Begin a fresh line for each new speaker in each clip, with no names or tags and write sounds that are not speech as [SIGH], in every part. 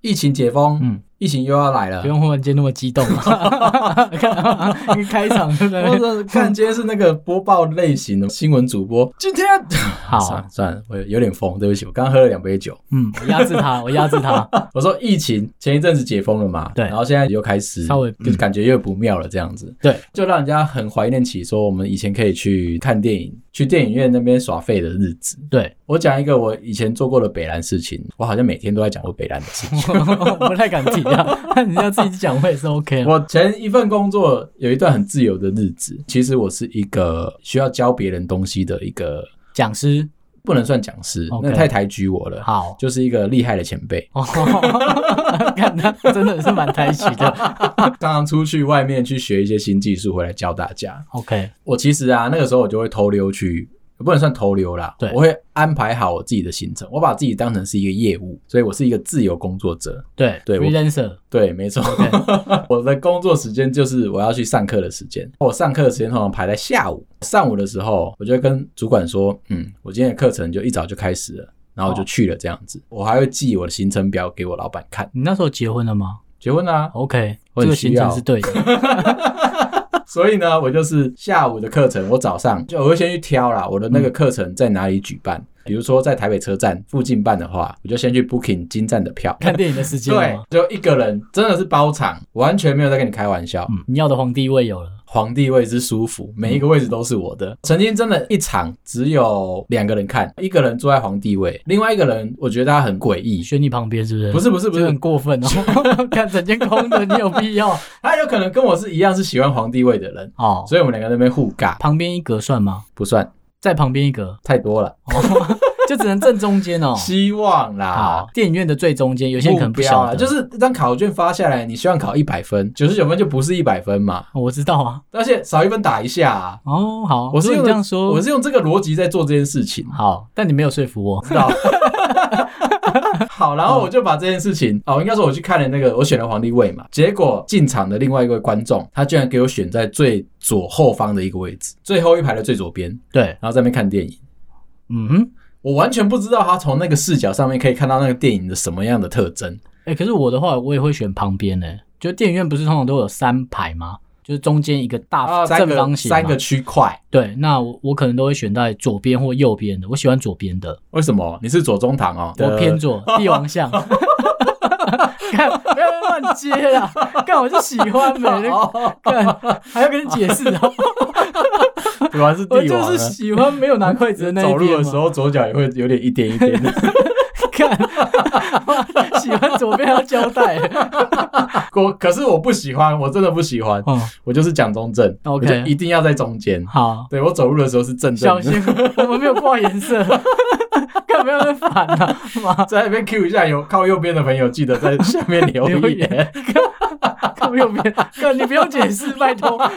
疫情解封，
嗯
疫情又要来了
不。用忽然间那么激 [LAUGHS] 动嘛，看开场对不
我
对？
这
[LAUGHS]
看今天是那个播报类型的新闻主播，今天 [LAUGHS] 算
好
了，算了，我有点疯，对不起，我刚喝了两杯酒。
嗯，我压制他，我压制他，
我说疫情前一阵子解封了嘛，
对
然后现在又开始，
稍微
就
嗯
感觉又不妙了这样子，
对，
就让人家很怀念起说我们以前可以去看电影，去电影院那边耍废的日子。
[LAUGHS] 对，
我讲一个我以前做过的北兰事情，我好像每天都在讲我北兰的事情。
我不太敢提啊， [LAUGHS] 但你要自己讲我也是 OK 啊。
我前一份工作有一段很自由的日子，其实我是一个需要教别人东西的一个，
讲师
不能算讲师
OK
那太抬举我了，
[LAUGHS] 好。
就是一个厉害的前辈。
哦，看他真的是蛮抬举的。
常常出去外面去学一些新技术回来教大家。
OK，
我其实啊，那个时候我就会偷溜去，不能算偷溜啦，
对
我会安排好我自己的行程，我把自己当成是一个业务，所以我是一个自由工作者。
对
对我
，freelancer，
对，没错 [LAUGHS] 我的工作时间就是我要去上课的时间，我上课的时间通常排在下午。上午的时候，我就会跟主管说，嗯，我今天的课程就一早就开始了。然后我就去了，这样子，我还会寄我的行程表给我老板看。
你那时候结婚了吗
结婚啊啦、
？OK，
我
这
很
个
需
行
要
程是
[LAUGHS]
对的。
所以呢，我就是下午的课程，我早上就我会先去挑啦，我的那个课程在哪里举办。比如说在台北车站附近办的话，我就先去 booking 金站的票。
看电影的时间了
对
吗？，
就一个人真的是包场，完全没有在跟你开玩笑。
嗯，你要的皇帝位有了。
皇帝位置舒服，
嗯
每一个位置都是我的。曾经真的一场只有两个人看，一个人坐在皇帝位，另外一个人我觉得他很诡异。
轩你旁边是不是？
不是不是不
这
是
很，过分哦！ [LAUGHS] 看整间空的，你有必要？
他有可能跟我是一样是喜欢皇帝位的人，
哦，
所以我们两个在那边互尬，
旁边一格算吗？
不算
在旁边一格， [LAUGHS]
太多了。
哦就只能正中间哦。
希望啦
好，，电影院的最中间，有些人可能
啊目
不
标
晓
啦
得。
就是这张考卷发下来，你希望考一百分，九十九分就不是一百分嘛，
[LAUGHS] 我知道啊。
而且少一分打一下、啊。
哦，好，
我是
如果
用
你这样说，
我是用这个逻辑在做这件事情，啊
好，但你没有说服我。
知道？ [LAUGHS] 好，然后我就把这件事
嗯
情哦，应该说我去看了那个，我选了皇帝位嘛，结果进场的另外一位观众，他居然给我选在最左后方的一个位置，最后一排的最左边，
对，
然后在那边看电影。
嗯哼。
我完全不知道他从那个视角上面可以看到那个电影的什么样的特征。
哎、可是我的话，我也会选旁边呢、就电影院不是通常都有三排吗？就是中间一个大
啊三
啊正
个
方形嘛、
三个区块，
对，那我我可能都会选在左边或右边的，我喜欢左边的，
为什么？你是左中堂哦，
我
[LAUGHS]
偏 [LAUGHS] 左，帝王像。看，不要乱接啦！看，我就喜欢美，
[LAUGHS] 哦，
看还要跟你解释哦，
果然是
我
帝
就
王
是
啊。
喜欢没有拿筷子的那一
走路
边
的
嘛
时候，左脚也会有点一点一点的。
[LAUGHS]
[LAUGHS]
看，喜欢左边要交 [LAUGHS] 代。
我可是我不喜欢，我真的不喜欢，
嗯，
我就是蒋中正
OK
我就一定要在中间。
好，
对我走路的时候是正
[LAUGHS] 小
正
心
的，，
[LAUGHS] 我们没有挂颜色，看不要再反了，妈。
在那边 Q 一下有靠右边的朋友，记得在下面 [LAUGHS] 留
留
言。
看没有别，看你不用解释，拜托， [LAUGHS]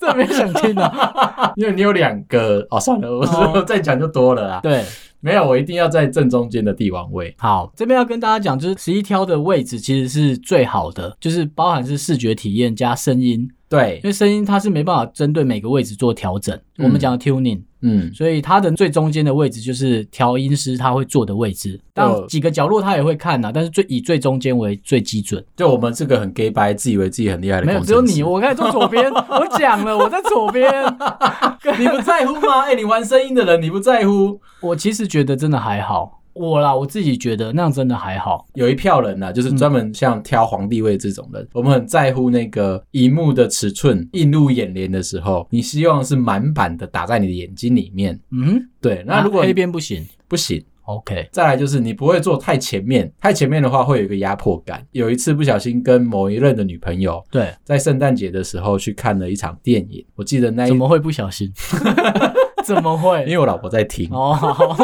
这没想听啊的、
因为你有两个哦，算了，我说
哦
[LAUGHS] 再讲就多了啦。
对，
没有，我一定要在正中间的帝王位。
好，这边要跟大家讲，就是十一挑的位置其实是最好的，就是包含是视觉体验加声音，
对
因，为声音它是没办法针对每个位置做调整，
嗯
我们讲的 tuning，
嗯，
所以它的最中间的位置就是调音师他会做的位置，
哦
但几个角落他也会看呐、但是最以最中间为最基准。
就我们这个很 gay 白，自以为自己很厉害的
没有，
工
只有
程师
你，我刚才坐左 [LAUGHS] 边，我讲了，我在左边，
你不在乎吗？ [LAUGHS] 哎、你玩声音的人你不在乎？
我其实觉得真的还好，我啦，我自己觉得那样真的还好。
有一票人呐、
嗯
就是专门像挑皇帝位这种人，我们很在乎那个荧幕的尺寸映入眼帘的时候，你希望是满版的打在你的眼睛里面。
嗯，
对，那如果
黑边不行
不行，
，OK，
再来就是你不会做太前面，太前面的话会有一个压迫感。有一次不小心跟某一任的女朋友
对，
在圣诞节的时候去看了一场电影，我记得那一
怎，么会不小 [LAUGHS] 心？怎么
因
会？
为我老婆在听，
哦好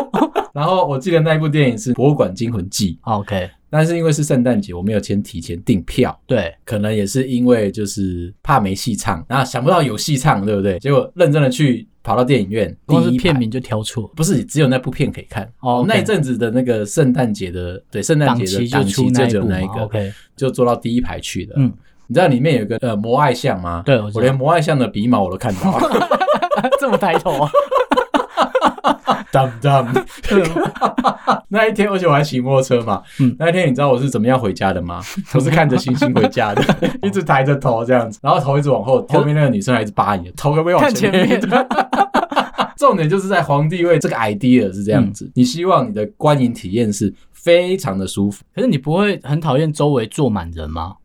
然后我记得那一部电影是《博物馆惊魂记》，
，OK，
但是因为是圣诞节，我没有先提前订票。
对，
可能也是因为就是怕没戏唱，然后想不到有戏唱，对不对？结果认真的去跑到电影院，第
光是
一
片
排
名就挑错，
不是只有那部片可以看。
哦
我们那
OK
一阵子的那个圣诞节的，对圣诞
档
节的
期就
档期
出
就
那一
只有
部
那一
嘛
个，
[LAUGHS] ，OK，
就坐到第一排去的。
嗯，
你知道里面有一个呃魔爱像吗？
对我知道
我连魔爱像的鼻毛我都看到，
这么抬头啊？
当当。 [LAUGHS] 那一天，而且我还骑摩托车嘛。
嗯
那一天你知道我是怎么样回家的 [LAUGHS] 吗？我是看着星星回家的，一直抬着头这样子，然后头一直往后，后面那个女生还一直扒你的头，可不可以往
看
哦前
前
面一点
[LAUGHS] 面，
[LAUGHS] 重点就是在皇帝位这个 idea 是这样子，你希望你的观影体验是非常的舒服。
可是你不会很讨厌周围坐满人吗？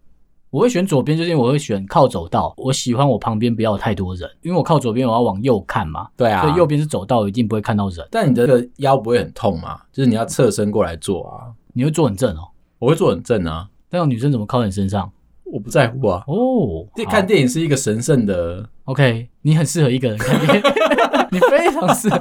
我会选左边，就是因为我会选靠走道。我喜欢我旁边不要有太多人，因为我靠左边，我要往右看嘛，
对啊，
所以右边是走道，一定不会看到人。
但你的这个腰不会很痛嘛？就是你要侧身过来坐啊，
你会坐很正哦。
我会坐很正啊，
但有女生怎么靠在你身上？
我不在乎啊。
哦，
这看
好
电影是一个神圣的，
OK，你很适合一个人看电影，
[LAUGHS]
你非常适合，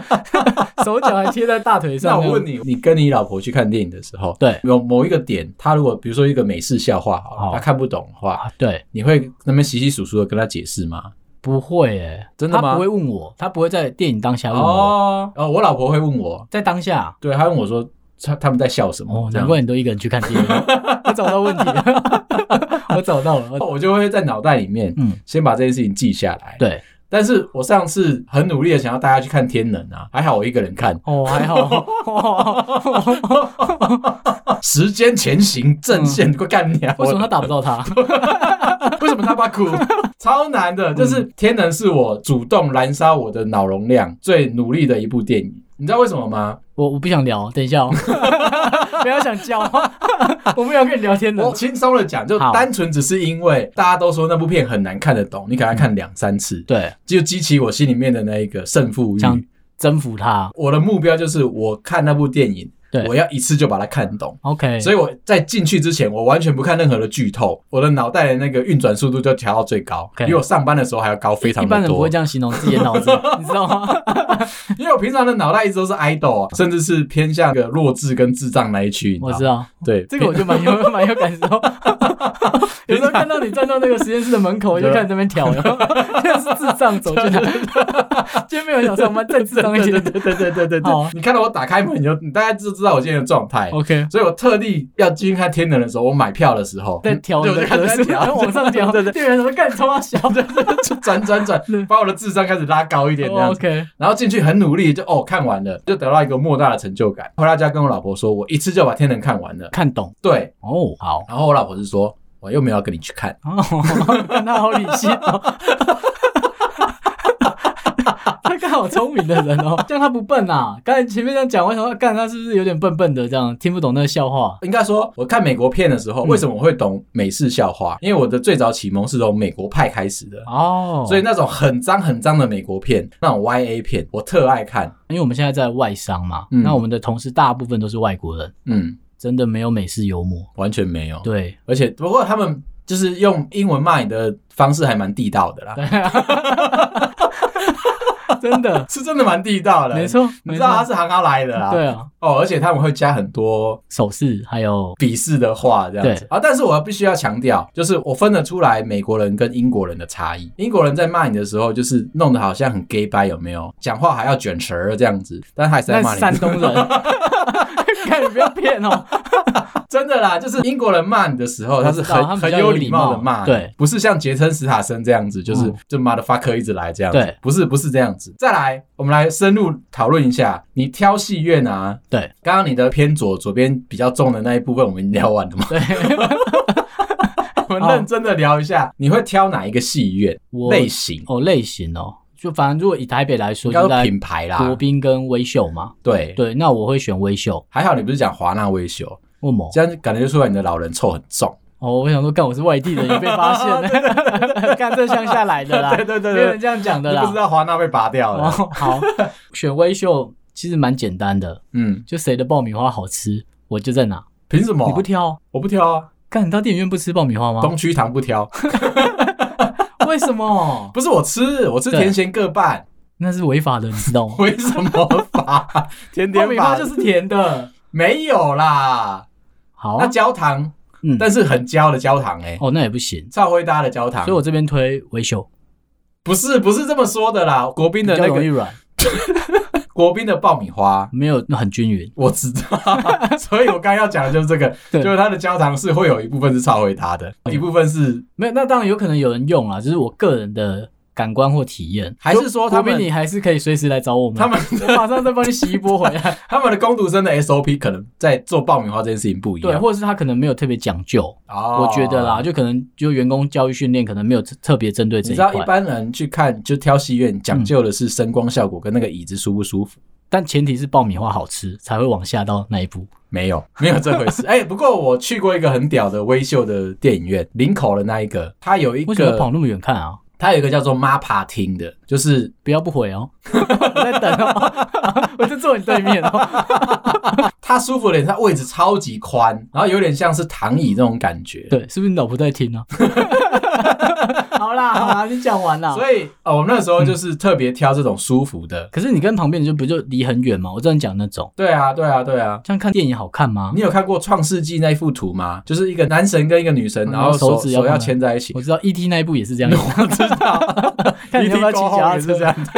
手脚还贴在大腿
那
上。
我问，你，你跟你老婆去看电影的时候，
对
有某一个点，她如果比如说一个美式笑话好
好
了，她看不懂的话，
啊，对，
你会那边稀稀疏疏的跟她解释吗？
不会诶，
真的吗
他不会问我，他不会在电影当下问我，
哦哦，我老婆会问我，
在当下。
对，她问我说，她他们在笑什么？
哦，
这
难
样
怪你都一个人去看电影， [LAUGHS] 我找到 [LAUGHS] 问题了，我找到了，我
我就会在脑袋里面
嗯，
先把这件事情记下来。，
对，
但是我上次很努力的想要大家去看《天能》啊，还好我一个人看，
哦，还 [LAUGHS] 好，哦
时间前行，阵
嗯
线快干你啊！
为什么他打不到他？
我 [LAUGHS] 为什么他把
[LAUGHS]
苦超难的？就是
嗯
《天能》是我主动燃烧我的脑容量最努力的一部电影。你知道为什么吗？
我我不想聊，等一下哦， [LAUGHS] 不要想 [LAUGHS] 教，我没有跟你聊天的
我，轻松的讲，就
好
单纯只是因为大家都说那部片很难看得懂，你可能要看两三次，
对，
就激起我心里面的那一个胜负欲。
想征服他
我的目标就是我看那部电影
对，
我要一次就把它看懂。
，OK，
所以我在进去之前，我完全不看任何的剧透，我的脑袋的那个运转速度就调到最高
OK
比我上班的时候还要高非常
一般
的
人不
多
会。这样形容自己的脑子， [LAUGHS] 你知道吗？
因为我平常的脑袋一直都是 idol，啊甚至是偏向个弱智跟智障那一区。
我知
道，
道
对
这个，我就蛮有蛮有感 [LAUGHS] 受。有时候看到你站到那个实验室的门口，我就
对
看你这边挑，然后 [LAUGHS] 就是智障走进 [LAUGHS] 来，今天没有人想上班，再智障一
对对
些。
对对对对对
好啊
对，你看到我打开门，你就你大概就知道我今天的状态。
OK，
所以我特地要进去看天能的时候，我买票的时候
再挑
嗯对
你
我就
的
开
格
始在
式， [LAUGHS] 然后
调，
往上挑，
对
对
对
人怎么干你他妈小哦的
对，转转转
对，
把我的智商开始拉高一点，这样子。
？OK，
然后进去很努力，就哦看完了，就得到一个莫大的成就感。回到家跟我老婆说，我一次就把《天能》看完了。
看懂
对，
哦，好。
然后我老婆是说，我又没有要跟你去看，
哦， [LAUGHS] 那好理性哦。 [LAUGHS] 他刚好聪明的人哦，这样他不笨啊。刚才前面这样讲，我想说，干他是不是有点笨笨的，这样听不懂那个笑话？
应该说我看美国片的时候，
嗯
为什么我会懂美式笑话？因为我的最早启蒙是从美国派开始的。
哦，
所以那种很脏很脏的美国片，那种 Y A 片，我特爱看。
因为我们现在在外商嘛，
嗯
那我们的同事大部分都是外国人，
嗯，
真的没有美式幽默。
完全没有。
对， [LAUGHS]
而且不过他们就是用英文骂你的方式还蛮地道的啦，[LAUGHS]
真的，
是真的蛮地道的。
没，错，
你
没
知道他
错，
是行阿来的啦。
对啊，
哦，而且他们会加很多
手势还有
鄙视的话这样子
对
啊。但是我必须要强调，就是我分得出来美国人跟英国人的差异。英国人在骂你的时候，就是弄得好像很 gay 掰，有没有？讲话还要卷舌儿这样子，但他还是在
那
骂
是山
你。
东人，看你不要骗哦。
[LAUGHS] 真的啦，就是英国人骂你的时候，他是
我知道
很
他们比
很
较
有
有
礼
礼
貌
貌
的骂你，
对，
不是像杰森·史塔森这样子，就是
嗯
就妈的 fuck 一直来这样子
对，
不是不是这样子。再来，我们来深入讨论一下，你挑戏院啊，
对，
刚刚你的偏左左边比较重的那一部分，我们聊完了吗？
对，
我们认真的聊一下，你会挑哪一个戏院
哦我
类型？
哦类型哦，就反正如果以台北来说，
应该
就
说
在
品牌啦，
国宾跟微秀嘛。
对，
对，那我会选微秀。
还好你不是讲华纳微秀，
为什么？
这样感觉就出来你的老人臭很重。
哦，我想说，干我是外地人，也被发
[LAUGHS]
现了， [LAUGHS] 干这乡下来的啦，
对对对对
啊没有人这样讲的
你
啦。
不知道华纳被拔掉
哦
了，，
好，选微秀其实蛮简单的，
嗯，
就谁的爆米花好吃，我就在哪。
凭什么？
你不挑？哦
我不挑啊，
干，你到电影院不吃爆米花吗？
东区堂不挑，
为什么？
不是我吃，我吃
对
甜咸各半，？
那是违法的，你知道吗
[LAUGHS] 为什么
[LAUGHS]
法？甜
爆
点
米
法
花就是甜的。
没有啦，
好啊
那，焦糖，
哦嗯，
但是啊很焦的焦糖哎，
哦，那也不行，
超灰搭的焦糖
所以，我这边推微秀，
不是不是这么说的啦，国宾
比
的
较
那
容易
个
软，
国宾的爆米花，
没有很均匀。
我知道， [LAUGHS] 所以我刚刚要讲的就是这个，
对
就是它的焦糖是会有一部分是超回它的，一部分是
没有，那当然有可能有人用啊，只是我个人的感官或体验，
还是说他们
国宾你还是可以随时来找我们，
他
[LAUGHS]
们
我马上再帮你洗一
[LAUGHS]
波回来。
他们的工读生的 SOP 可能在做爆米花这件事情不一
对，
样。
或者是他可能没有特别讲究，
哦
我觉得啦，，就可能就员工教育训练可能没有特特别针对这
你
一
知道一
块，
般人去看就挑戏院，讲究的是声光效果跟那个椅子舒不舒服。
但前提是爆米花好吃才会往下到那一步。
没有， [LAUGHS] 没有这回事。哎、不过我去过一个很屌的微秀的电影院，林口的那一个，它有一
为什么跑
个，
那么远看啊？
它有一个叫做 MAPA 厅的，就是
不要不回
[LAUGHS]
哦，我在等哦， [LAUGHS] 我就坐你对面哦。
它舒服的点，它位置超级宽，然后有点像是躺椅那种感觉。
对，是不是你老婆在听啊？ [LAUGHS] 好啦好啦，你讲完啦。
所以啊、呃我们那时候就是特别挑这种舒服的。
可是你跟旁边的就不就离很远吗？我这样讲那种，
对啊，对啊，对啊。
这样看电影好看吗？
你有看过《创世纪》那一幅图吗？就是一个男神跟一个女神，
嗯
然后
手
手
指要
手
碰
要
的
牵在一起。
我知道 E.T. 那一部也 [LAUGHS] 是这样 E 演，
我知道，
[LAUGHS] 看你要不要骑脚踏
也哦是
车
这。样子。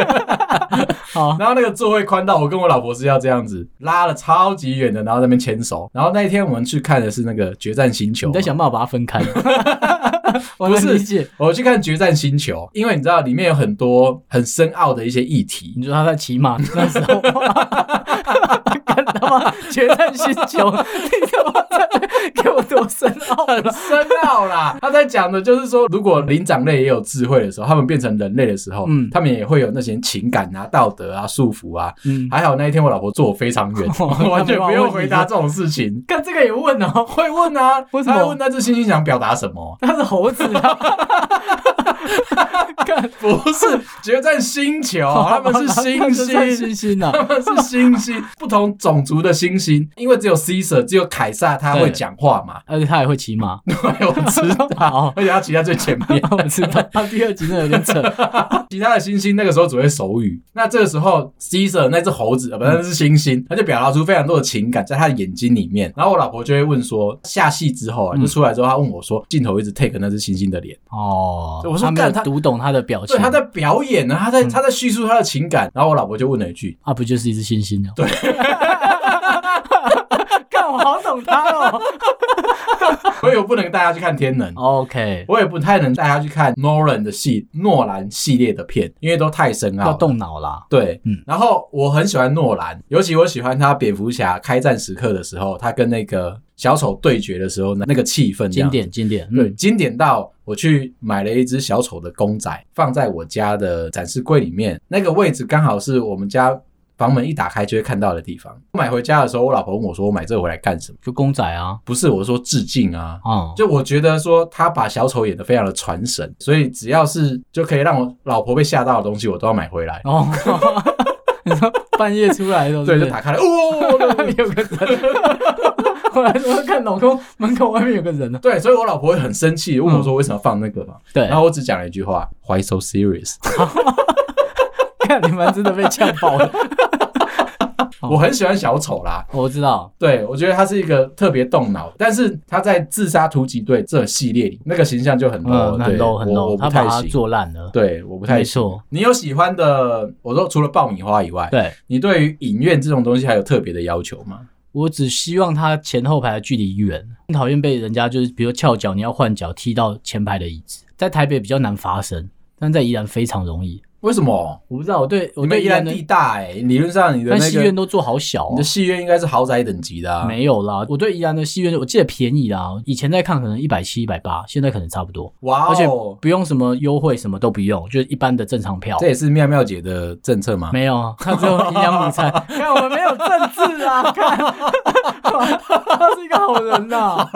好，
[LAUGHS] 然后那个座位宽到我跟我老婆是要这样子拉了超级远的，然后在那边牵手。然后那一天我们去看的是那个《决战星球》，
你在想办法把它分开。 [LAUGHS] 我
不
能
是
理解，
我去看《决战星球》，因为你知道里面有很多很深奥的一些议题。
你说他在骑马那时候， [LAUGHS] 看他妈决战星球，你他妈在给我多深奥了！
深奥啦，他在讲的就是说，如果灵长类也有智慧的时候，他们变成人类的时候，
嗯
他们也会有那些情感啊、道德啊、束缚啊。
[LAUGHS] 嗯，
还好那一天我老婆坐我非常远，我 [LAUGHS] 完全不用回答这种事
[LAUGHS]
情。
看这个也问哦，
[LAUGHS] 会问啊，
为什么
他会问那只猩猩想表达什
[LAUGHS]
么？
他是猴子 [LAUGHS] 啊，看
不是决战星球，
[LAUGHS] 哦
他们是星星。
星星啊 [LAUGHS]
他，们是星星，不同种族的星星，因为只有 Caesar，只有凯撒他会讲话嘛。 [LAUGHS]
而且他也会骑马，
对，我知
[LAUGHS]
道
好，
而且他骑在最前面。
我知道他第二集真的有点扯，
其他的星星那个时候只会手语，那这个时候 Caesar 那只猴子，呃，不，那是星星，他就表达出非常多的情感在他的眼睛里面。然后我老婆就会问说，下戏之后啊，
嗯
就出来之后，他问我说，镜头一直 take 那只星星的脸。
哦，
我说
他没有
干他
读懂他的表情
对，，他在表演呢，他在他在叙述他的情感。然后我老婆就问了一句：“
啊，不就是一只星星哦？ [LAUGHS] 对，看我好懂他哦。
所以哎我不能带他去看天能，
OK，
我也不太能带他去看 Nolan 的系诺兰系列的片，因为都太深奥
要
了。
动脑啦。
对，
嗯
然后我很喜欢诺兰，尤其我喜欢他蝙蝠侠开战时刻的时候，他跟那个小丑对决的时候，那那个气氛这
经
样，
典经典，
对，
嗯，
经典到我去买了一只小丑的公仔，放在我家的展示柜里面，那个位置刚好是我们家房门一打开就会看到的地方。买回家的时候，我老婆问我说：“我买这个回来干什么
就公仔啊，？”
不是，我说致敬啊。
哦，
就我觉得说他把小丑演得非常的传神，所以只要是就可以让我老婆被吓到的东西，我都要买回来。
哦， [LAUGHS] 你说半夜出来的时候，
对，
是
就
不是
打开哦了，哇！
有个 [LAUGHS] 人，后来说看老公门口外面有个人呢，
对，所以我老婆会很生气，问我说为什么放那个嘛。
嗯对
然，后我只讲了一句话，Why so serious？
看你们真的被呛爆了，哦
我很喜欢小丑啦，
我知道，
对，我觉得他是一个特别动脑，但是他在《自杀突击队》这系列里，那个形象就很 low，、
嗯，
对，
很 low 很
我我
low，
不
他把
太
它
行。
做烂了，
对，我不太
没
行。哎
错，
你有喜欢的？我说除了爆米花以外，
对
你对于影院这种东西还有特别的要求吗？
我只希望他前后排的距离远，很讨厌被人家就是比如翘脚，你要换脚踢到前排的椅子，在台北比较难发生，但在宜兰非常容易，
为什么？
我不知道，我对我
你
对
们
宜
宜
兰
兰
的
地大哎、理论上你的
但
那
戏
个
院都做好小哦，
你的戏院应该是豪宅等级的、啊，
没有啦，我对宜兰的戏院，我记得便宜啦。以前在看可能一百七、一百八，现在可能差不多，
哇
而且
哦，
不用什么优惠，什么都不用，就是一般的正常票
这。也是妙妙姐的政策
[LAUGHS]
吗？
没有，它只有营养午餐。 [LAUGHS] 看我们没有政治 [LAUGHS] 啊，看，他是一个好人呐、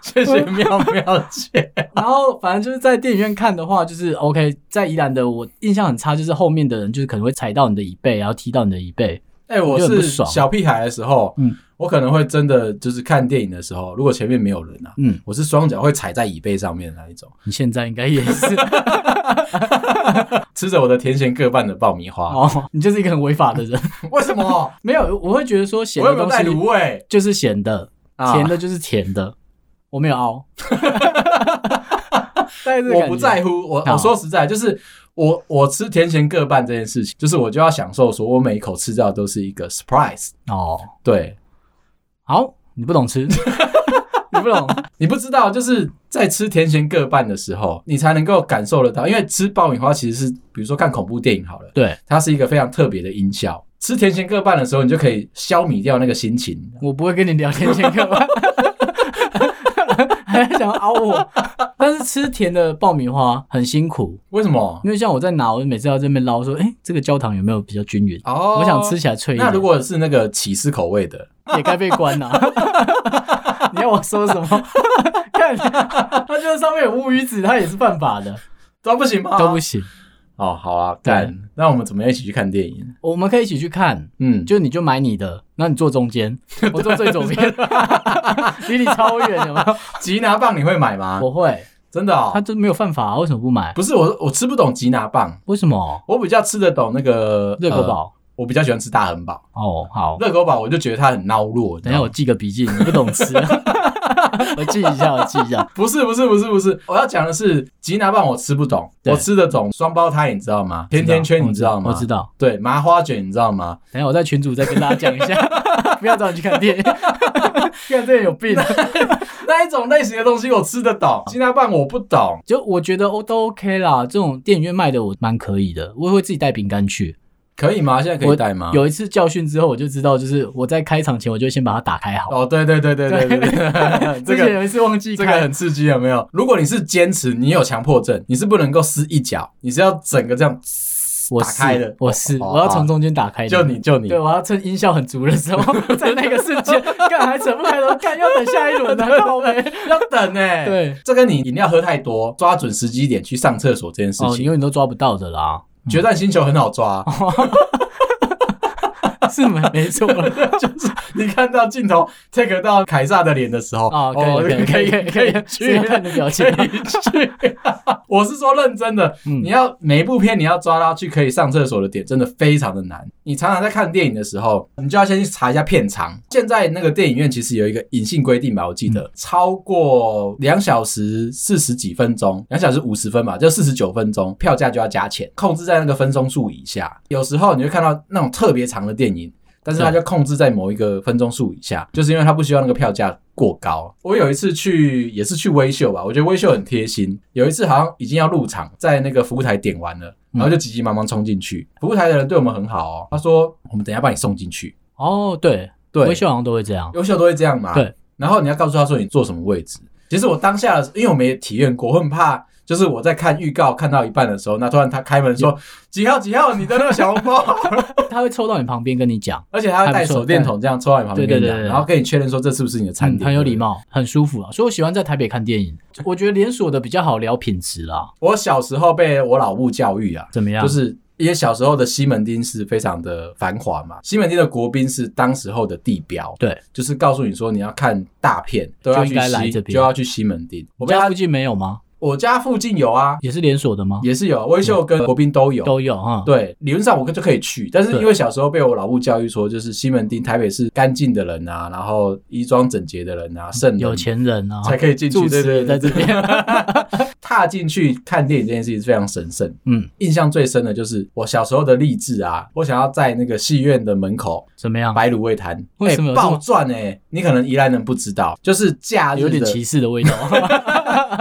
谢谢妙妙姐。
[LAUGHS] 然后反正就是在电影院看的话，就是 OK，在宜兰的我印象很差，就是后面的人就是可能会踩到你的椅背，然后踢到你的椅背。
[LAUGHS] 哎、我
有点不
是
爽
小屁孩的时候，
嗯
我可能会真的就是看电影的时候，如果前面没有人啊，
嗯，
我是双脚会踩在椅背上面的那一种，
你现在应该也 [LAUGHS] 是
吃着我的甜咸各半的爆米花。
哦，你就是一个很违法的人。 [LAUGHS]
为什么？
没有，我会觉得说咸
我
的
有没有
东
带
西
卤味？
就是咸的，
啊
甜的就是甜的，我没有 [LAUGHS] 凹，大概是这
啊
个
我
感
不
觉
在乎。我
啊好
我说实在，就是我我吃甜咸各半这件事情，就是我就要享受，说我每一口吃到都是一个 surprise。
哦。
对，
[LAUGHS] 好，你不懂吃，
你不懂，你不知道，就是在吃甜咸各半的时候，你才能够感受得到。因为吃爆米花其实是，比如说看恐怖电影好了，
对
它是一个非常特别的音效。吃甜咸各半的时候，你就可以消弭掉那个心情。
我不会跟你聊天
[LAUGHS]
先干嘛？还想凹我，但是吃甜的爆米花很辛苦，
为什么？
因为像我在拿，我每次要这边捞说，哎、这个焦糖有没有比较均匀？
哦，
我想吃。起来脆一点。
那如果是那个起司口味的，
也该被关
[LAUGHS]
了、你要我说什么？看，他觉得上面有乌鱼子，他也是犯法的，
都不行吗？
都不
行。
行。
哦，好啊，干。那我们怎么样一起去看电影？
我们可以一起去看，
嗯，
就你就买你的，那你坐
[LAUGHS]
中间，我坐最左边，离你超远，有没
[LAUGHS]
有？
吉拿棒你会买吗？
我会，
真的哦
他，就没有犯法、啊，为什么不买？
不是我，我吃不懂吉拿棒，
为什么？
我比较吃得懂那个
热狗，
呃
堡？
我比较喜欢吃大亨堡。
哦，好，
热狗堡我就觉得它很孬弱。
等一下我
我
记个笔记，你不懂
[LAUGHS]
吃，我记一下，我记一下。
不是不是不是不是，我要讲的是吉拿棒我吃不懂，
对
我吃得懂双胞胎你知道吗？甜甜圈你知道吗？
我知道。
对，麻花卷你知道吗？
等一下我在群主再跟大家讲一
[LAUGHS]
下，不要找你去看电影，看电影有病。
那一种类型的东西我吃得懂，吉拿棒我不懂。
[LAUGHS] 就我觉得哦都 OK 啦，这种电影院卖的我蛮可以的，我也会自己带饼干去。
可以吗？现在可以带吗？
有一次教训之后，我就知道，就是我在开场前我就先把它打开好。
哦，对对对对对对对，这
之前
个
[LAUGHS] 有一次忘记
这
开，
个很刺激，有没有？如果你是坚持，你有强迫症，你是不能够撕一角，你是要整个这样
我
打开
是
的，
我是、
哦
我要从中间打开的。
就你就你
对，我要趁音效很足的时候， [LAUGHS] 在那个瞬间，干还扯不开头，干要等下一 [LAUGHS] 轮的倒霉。
要等哎、
对，
这跟你饮料喝太多，抓准时机点去上厕所这件事
哦，嗯你
情，
永远都抓不到的啦，
决战星球很好抓，啊
是没没错啦。
[LAUGHS] 就是你看到镜头 take 到凯撒的脸的时候，
[LAUGHS] 哦，可以了
可
可
以
以了可以了可以了，是
去
要看你的表情啊
可。以去，我是说认真的，
嗯
你要每一部片你要抓到去可以上厕所的点，真的非常的难。你常常在看电影的时候，你就要先去查一下片长。现在那个电影院其实有一个隐性规定吧，我记得、
嗯
超过两小时四十几分钟，两小时五十分吧，就四十九分钟，票价就要加钱，控制在那个分钟数以下。有时候你会看到那种特别长的电影。但是它就控制在某一个分钟数以下，就是因为它不希望那个票价过高。我有一次去也是去微秀吧，我觉得微秀很贴心。有一次好像已经要入场，在那个服务台点完了，然后就急急忙忙冲进去。服务台的人对我们很好哦，他说我们等一下把你送进去。
哦，对，
对
微，秀好像都会这样。
优秀都会这样嘛。
对，
然后你要告诉他说你坐什么位置。其实我当下的时候，因为我没体验过，我很怕，就是我在看预告看到一半的时候，那突然他开门说几号几号，你的那个小红包。
他会凑到你旁边跟你讲，
而且他会带手电筒这样抽到你旁边
对
跟你
对对
讲，
对对
然后跟你确认说这是不是你的餐
嗯
点，
很有
对不对
礼。貌，很舒服啊。所以我喜欢在台北看电影，我觉得连锁的比较好聊品质啦。
我小时候被我老母教育啊，
怎么样？
就是因为小时候的西门町是非常的繁华嘛，西门町的国宾是当时候的地标，
对，
就是告诉你说你要看大片都要
就
去
应该来
西，
这边
就要去西门町。我
我
被
家
他
附近没有吗？
我家附近有啊，
也是连锁的吗？
也是有，微秀跟国宾都有。
都有哈。
对，理论上我就可以去，但是
对
因为小时候被我老母教育说，就是西门町台北市干净的人啊，然后衣装整洁的人啊，圣人
有钱人啊，
才可以进去，
住
对
址
对
也在
对，
这边。 [LAUGHS]
踏进去看电影这件事情是非常神圣。
嗯，
印象最深的就是我小时候的励志啊，我想要在那个戏院的门口
怎么样？
摆卤味摊，
为
哎
什么有这么
暴赚哎、你可能宜兰人不知道，就是假日 [LAUGHS]
有点
的，
歧视的 [LAUGHS] 味道。
我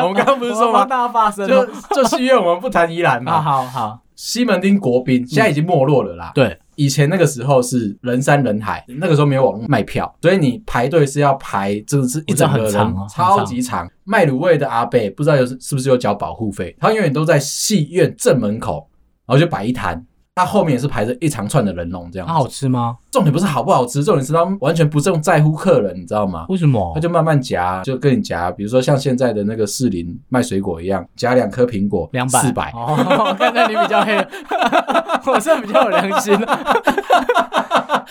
们刚刚不是说
我
吗？
要帮大家发声
就
哦？
就戏院我们不谈宜兰
[LAUGHS] 啊，
嘛，
好嗯好，
西门町国宾现在已经没落了啦。
对，
以前那个时候是人山人海，那个时候没有网络卖票，所以你排队是要排，真的是一整个
我
人
知道很长啊
超级长。卖卤味的阿贝不知道有是不是有缴保护费，他永远都在戏院正门口，然后就摆一摊，他后面也是排着一长串的人龙这样
它。啊好吃吗？
重点不是好不好吃，重点是他们完全不重在乎客人，你知道吗？
为什么
他？就慢慢夹，就跟你夹，比如说像现在的那个士林卖水果一样，夹两颗苹果，
两百
四百，
哦， [LAUGHS] 我看到你比较黑，我这比较有良心。 [LAUGHS]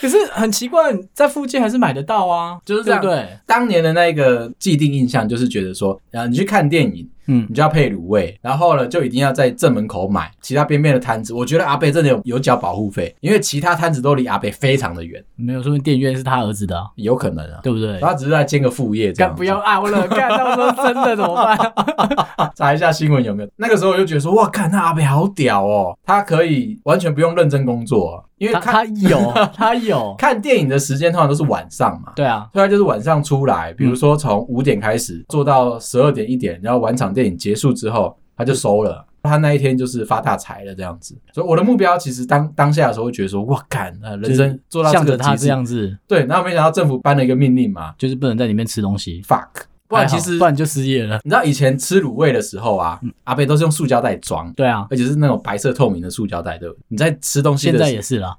可是很奇怪，在附近还是买得到啊，
就是这
对
样
不对？
当年的那个既定印象就是觉得说，啊，你去看电影，
嗯
你就要配卤味，然后呢就一定要在正门口买，其他边边的摊子，我觉得阿贝真的有有缴保护费，因为其他摊子都离阿贝非常的远，
没有，说明电影院是他儿子的、啊，
有可能啊，
对不对？
他只是在兼个副业这样
干
子，
不要按 [LAUGHS] 了，干到时候真的怎么办？
查一下新闻有没有。那个时候我就觉得说，哇，看那阿北好屌哦，他可以完全不用认真工作、啊，因为
[LAUGHS] 他
看
他有，他有，
看电影的时间通常都是晚上嘛。
对啊，
所以他就是晚上出来，
嗯
比如说从五点开始做到十二点一点，然后晚场电影结束之后，他就收了。他那一天就是发大财了这样子。所以我的目标其实当当下的时候，会觉得说，哇，干，呃，人生做到
向
这
着
个
他
极
这
致，
样子，
对。然后没想到政府颁了一个命令嘛
就是不能在里面吃东西，
，fuck。不然
还好嗯
其实
不然就失业了。
你知道以前吃卤味的时候啊，阿贝都是用塑胶袋装，
对啊，
而且是那种白色透明的塑胶袋，对不对？你在吃东西
现
的
在
时
也是啦，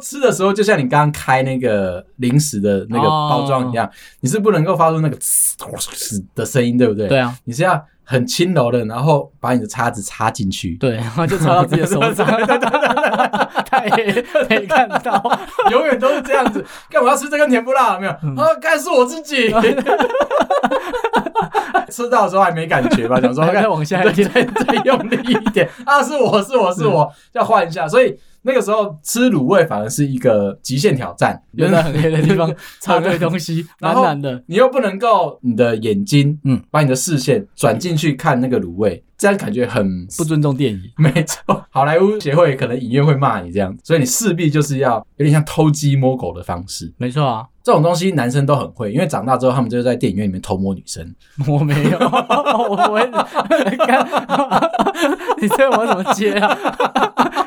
吃的时候，就像你刚刚开那个零食的那个
哦
包装一样，你是不能够发出那个呲的声音，对不对？
对，啊，
你是要很轻柔的，然后把你的叉子插进去，
对，然后就抽到自己的手掌，太没看到，
[LAUGHS] 永远都是这样子。干嘛要吃这根甜不辣？没有啊，干是我自 [LAUGHS] 己。吃到的时候还没感觉 [LAUGHS] 吧？想说
再
干
往下
对
一点
再再用力一点啊！是我是我是 [LAUGHS] 我，要换一下。所以那个时候吃卤味反而是一个极限挑战，
留在很黑的地方插对东西，
然
蛮
后
难的。
你又不能够你的眼睛，嗯
嗯，
把你的视线转进去看那个卤味，这样感觉很
不尊重电影，
[LAUGHS] 没错。好莱坞协会可能隐约会骂你这样，所以你势必就是要有点像偷鸡摸狗的方式。
没错啊，
这种东西男生都很会，因为长大之后他们就在电影院里面偷摸女生。 [LAUGHS]
我没有，我不会。干你这我怎么接啊？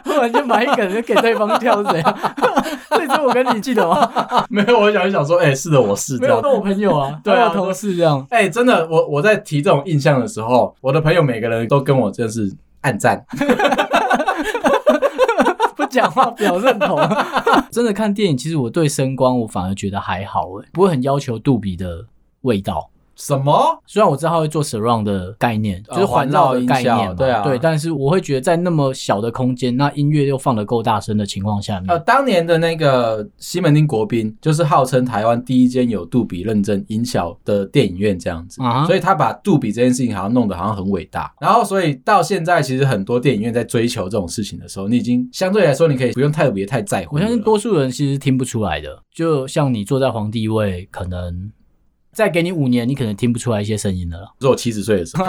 突然间买梗就给对方跳是怎样？所以说我跟你记得吗？
没有，我想一想说，哎、是的，我是
没
这
有，
样
都。我朋友啊，
对啊
还有同事这样。
哎、真的，我我在提这种印象的时候，我的朋友每个人都跟我真的是暗赞。
[LAUGHS] 不讲话表认同， [LAUGHS] 真的看电影，其实我对声光我反而觉得还好诶，不会很要求杜比的味道。
什么？
虽然我知道它会做 surround 的概念，
呃
就是哦环绕的概念
环绕音
嘛
效，对啊
对，但是我会觉得在那么小的空间，那音乐又放得够大声的情况下面，
呃，当年的那个西门町国宾，就是号称台湾第一间有杜比认证音效的电影院这样子，
啊哈
所以他把杜比这件事情好像弄得好像很伟大。然后，所以到现在，其实很多电影院在追求这种事情的时候，你已经相对来说，你可以不用特别太在乎
我
了。
相信多数人其实听不出来的。就像你坐在皇帝位，可能再给你五年，你可能听不出来一些声音了啦。
如果七十岁的时候，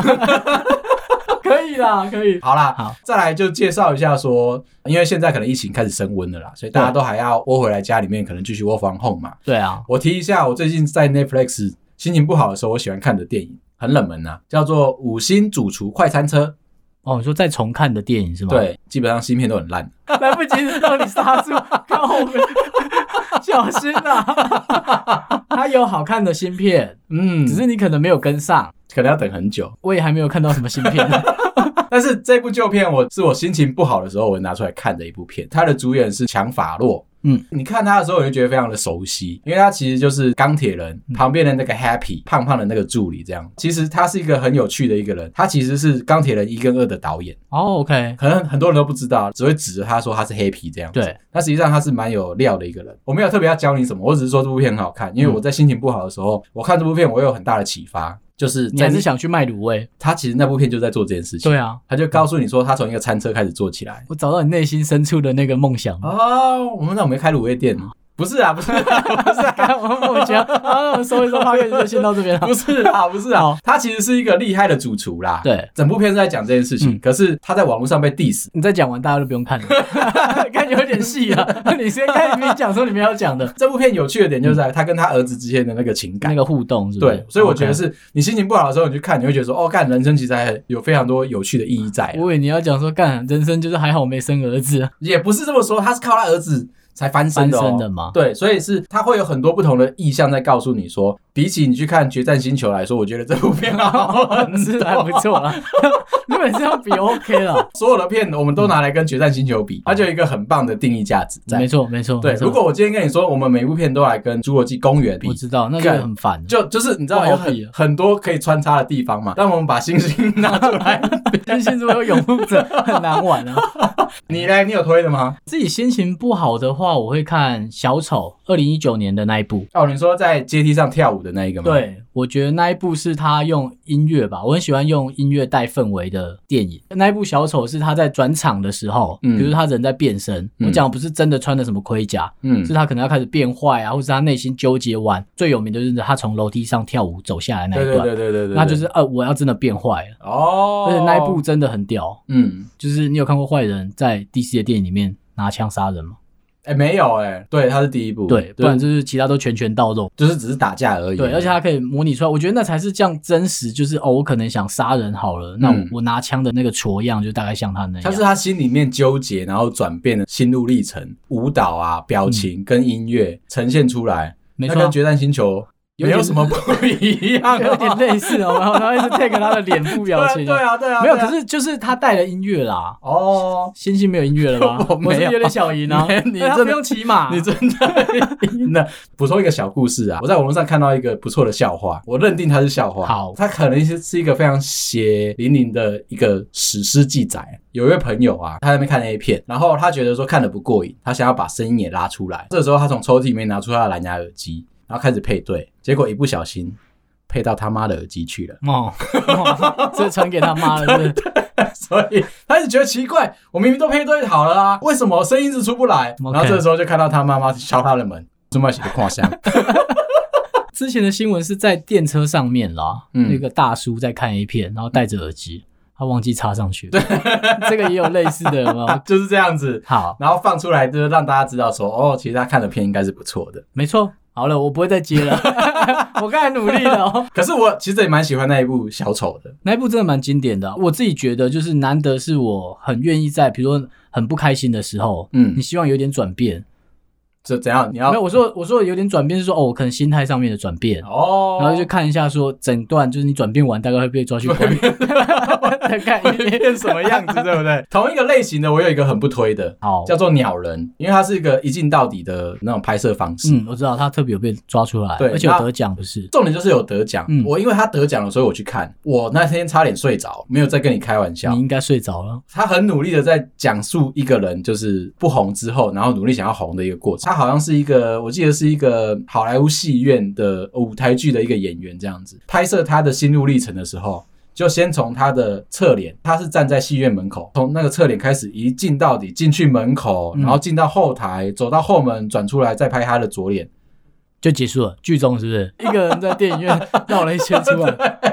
[LAUGHS] 可以啦，可以。
好啦，
[LAUGHS] 好，
再来就介绍一下说，因为现在可能疫情开始升温了啦，所以大家都还要窝回来家里面，可能继续窝房 home 嘛。
对啊，
我提一下，我最近在 Netflix 心情不好的时候，我喜欢看的电影很冷门呐、啊叫做《五星主厨快餐车
哦，你说再重看的电影是》。吗？，
对，基本上芯片都很 [LAUGHS] 烂。
来不及让你刹住，看后面，小 [LAUGHS] 心啊！它有好看的芯片，
嗯，
只
只是
是你可能没有跟上。
可能要等很久。
我也还没有看到什么芯片， [LAUGHS]
但是这部旧片，我是我心情不好的时候，我拿出来看的一部片。它的主演是强法洛。
嗯，
你看他的时候，你就觉得非常的熟悉，因为他其实就是钢铁人旁边的那个 Happy 胖胖的那个助理这样。其实他是一个很有趣的一个人，他其实是钢铁人一跟二的导演。
哦，OK，
可能很多人都不知道，只会指着他说他是黑皮这样子。
对，
那实际上他是蛮有料的一个人。我没有特别要教你什么，我只是说这部片很好看，因
嗯
为我在心情不好的时候，我看这部片我有很大的启发，就是
你
在
还是想去卖卤味？
他其实那部片就在做这件事情。
对啊，
他就告诉你说他从一个餐车开始做起来。
我找到你内心深处的那个梦想。
哦，我们那我们开卤味店。
嗯
不是啊，不 [LAUGHS] 是、啊，不是、啊，
[LAUGHS] 我们我们觉得啊，我们收一收 p o 就先到这边了。
不是啊，不是啊
好，
他其实是一个厉害的主厨啦。，
[LAUGHS] 哦对，
整部片是在讲这件事情，
嗯
可是他在网络上被 diss，
你再讲完，大家都不用 [LAUGHS] 看了，感觉有点细 [LAUGHS] 了。你先开始讲说你们要讲的
这部片有趣的点就是在他跟他儿子之间的那个情感
那。个互动，是不是？
对，所以我觉得是你心情不好的时候，你去看，你会觉得说，哦，看人生其实还有非常多有趣的意义在啊
OK。。我以为你要讲说，干人生就是还好没生儿子，
也不是这么说，他是靠他儿子才翻身
单
的、哦。
身的嘛。
对，所以是他会有很多不同的意向在告诉你说，比起你去看《决战星球》来说，我觉得这部片 [LAUGHS] 好
[LAUGHS] 是还不错
啊
啦，基本上比 OK 了，
所有的片我们都拿来跟《决战星球》比，它就有一个很棒的定义价值
嗯没
在。
错没错。
对，
没错
如果我今天跟你说，我们每一部片都来跟《侏罗纪公园》比
我，知道，那就
干
很烦。
就就是你知道有
不好比
很
啊
很多可以穿插的地方嘛。当我们把星星拿出
[LAUGHS]
来，
真 [LAUGHS] 心如果有拥护者很难玩啊。
你嘞，你有推的吗？
自己心情不好的话，话，我会看小丑二零一九年的那一部。
哦，你说在阶梯上跳舞的那一个吗？，
对，我觉得那一部是他用音乐吧，我很喜欢用音乐带氛围的电影。那一部小丑是他在转场的时候，
嗯
比如他人在变身，
嗯
我讲的不是真的穿的什么盔甲，
嗯
是，他可能要开始变坏啊，或是他内心纠结完。最有名的就是他从楼梯上跳舞走下来那一
对
段，
对对对对对对，
那就是呃，我要真的变坏了，
哦，
而且那一部真的很屌。
嗯，
就是你有看过坏人在 DC 的电影里面拿枪杀人吗？
哎、没有哎、对，它是第一部，
对，不然就是其他都拳拳到肉。
就是只是打架而已，
对，而且它可以模拟出来，我觉得那才是这样真实，就是哦，我可能想杀人好了，那我、
嗯
我拿枪的那个戳样就大概像他那样。
他是他心里面纠结，然后转变的心路历程，舞蹈啊、表情跟音乐呈现出来，
嗯没
那跟
错，
《决战星球》
有
没有
点
什么不一样、啊
[LAUGHS] 有点类似哦，然后他一直 take 他的脸部表情、
对啊，对啊，对啊，
没有，
对啊
可是就是他带了音乐啦。
哦，哎
星星没有音乐了
[LAUGHS] ？
吗
我
我
没
是不
有
是有点小赢啊
[LAUGHS] 没有，你
因为他
真
不
的
用啊骑马，
你真的赢了。补充一个小故事啊，我在网络上看到一个不错的笑话，我认定它是笑话。
好
它可能是是一个非常血淋淋的一个史诗记载。有一位朋友啊，他在那边看 A 片，然后他觉得说看的不过瘾，他想要把声音也拉出来。这时候他从抽屉里面拿出他的蓝牙耳机，然后开始配对，结果一不小心配到他妈的耳机去了。 [LAUGHS]
哦，哦这传给他妈了，是不是
所以他就觉得奇怪，我明明都配对好了啊，为什么声音一直出不来？
OK
然后这时候就看到他妈妈敲他的门，这么写的跨箱，
之前的新闻是在电车上面啦，
嗯
那个大叔在看 A 片，然后戴着耳机，他忘记插上去， [LAUGHS] 这个也有类似的，有没有？
[LAUGHS] 就是这样子。
好，
然后放出来就是让大家知道说，哦，其实他看的片应该是不错的。
没错，好了，我不会再接了， [LAUGHS] 我刚才努力了、哦。
可是我其实也蛮喜欢那一部小丑的，
那一部真的蛮经典的啊、我自己觉得就是难得是我很愿意在，比如说很不开心的时候，
嗯
你希望有点转变。
就怎样？你要
没有，我说我说有点转变是说哦，我可能心态上面的转变，
哦，
然后就
[LAUGHS]
看一下说整段就是你转变完大概会被抓去关， [LAUGHS] 再看一
会
遍。
变什么样子，对不对？同一个类型的，我有一个很不推的，
好，
叫做鸟人，因为它是一个一镜到底的那种拍摄方式。
嗯，我知道他特别有被抓出来，
对
而且有
那
得奖不是？
重点就是有得奖，
嗯
我因为他得奖了，所以我去看。我那天差点睡着，没有在跟你开玩笑
你。应该睡着了。
他很努力的在讲述一个人就是不红之后，然后努力想要红的一个过程。他好像是一个，我记得是一个好莱坞戏院的舞台剧的一个演员这样子。拍摄他的心路历程的时候，就先从他的侧脸，他是站在戏院门口，从那个侧脸开始一进到底，进去门口，
嗯
然后进到后台，走到后门转出来，再拍他的左脸。
就结束了，剧终是不是？一个人在电影院绕了一圈出来， [LAUGHS]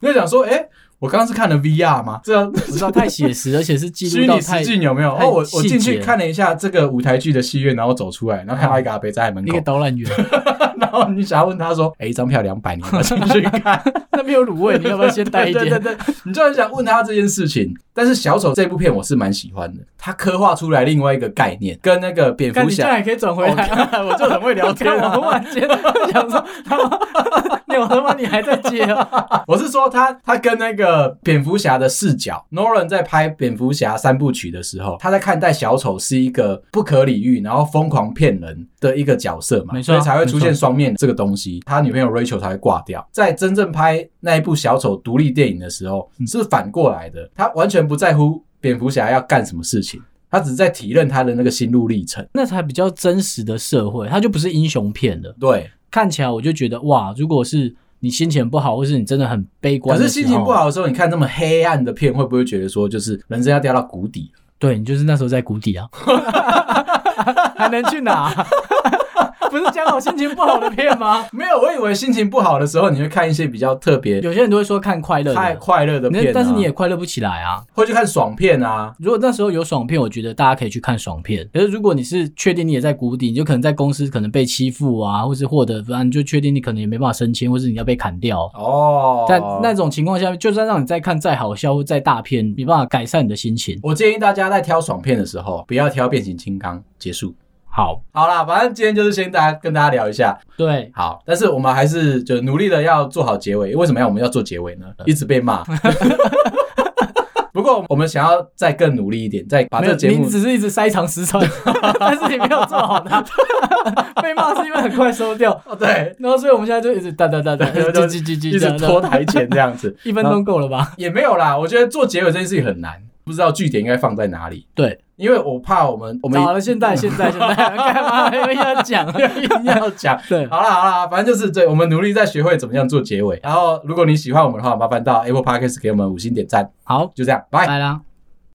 你就想说，哎、我刚刚是看了 VR 吗？这样
不知道太写实，而且是记
虚
录到
拟
太
实境有没有？
太
哦，我我
细
进
节
去
了
看了一下这个舞台剧的戏院，然后走出来，然后看到一个阿伯站在门
一
口
个，导览员，
然后你想要问他说：“哎、一张票两百，你要不要进去看？”
[LAUGHS] 那边有卤 [LAUGHS] 味，你要不要先带一
[LAUGHS] 对
点？
对对对，你就很想问他这件事情。但是小丑这部片我是蛮喜欢的，他刻画出来另外一个概念，跟那个蝙
看
蝠
你这样
侠。
也可以转回
我
来。
看我就很会聊天
我
啊！
忽然间想说，他妈，你我他妈你还在接啊？
[LAUGHS]
[LAUGHS]
我是说他，他跟那个蝙蝠侠的视角，Nolan 在拍蝙蝠侠三部曲的时候，他在看待小丑是一个不可理喻，然后疯狂骗人的一个角色嘛，
没错
所以才会出
没
现
错
双面这个东西。他女朋友 Rachel 才会挂掉。在真正拍那一部小丑独立电影的时候，是反过来的，他完全不在乎蝙蝠侠要干什么事情，他只是在体认他的那个心路历程。
那才比较真实的社会，它就不是英雄片了。
对，
看起来我就觉得哇，如果是你心情不好，或是你真的很悲
可
观，
是心情不，好的时候，你看那么黑暗的片，会不会觉得说，就是人生要掉到谷底？
对你就是那时候在谷
[LAUGHS]
底啊，还能去哪？ [LAUGHS] 不是讲好心情不好的片吗？
没有，我以为心情不好的时候，你会看一些比较特别、
有些人都会说看快乐
太
的，
快乐的片、
那
啊，
但是你也快乐不起来啊。
会去看爽片啊。
如果那时候有爽片，我觉得大家可以去看爽片。可是如果你是确定你也在谷底，你就可能在公司可能被欺负啊，或是获得不然你就确定你可能也没办法升迁，或是你要被砍掉。啊
哦，
但那种情况下，就算让你再看再好笑或再大片，没办法改善你的心情。
我建议大家在挑爽片的时候，不要挑变形金刚。结束。
好，
好啦，反正今天就是先大家跟大家聊一下，
对，
好，但是我们还是就努力的要做好结尾。为什么要我们要做结尾
呃
呢？一直被
[LAUGHS]
骂。不过我们想要再更努力一点，再把啊
没
这
有，
个节目
你只是一直塞长十传， [LAUGHS] 但是你没有做好它， [LAUGHS] 被骂是因为很快收掉。
哦对，
然后，所以我们现在就一直哒哒哒哒，
对
叽
就
叽叽叽，，
一直拖，台前这样子
一分钟够了吧？
也没有啦。我觉得做结尾这件事情很难，不知道据点应该放在哪里，
对，
因为我怕我们我们
好了，
[LAUGHS]
现在现在现 [LAUGHS] 在干嘛又要讲？
一定要讲。
对，
好啦好啦，反正就是对，我们努力在学会怎么样做结尾。然后，如果你喜欢我们的话，麻烦到 Apple Podcast 给我们五星点赞，
好，
就这样，拜。
拜啦。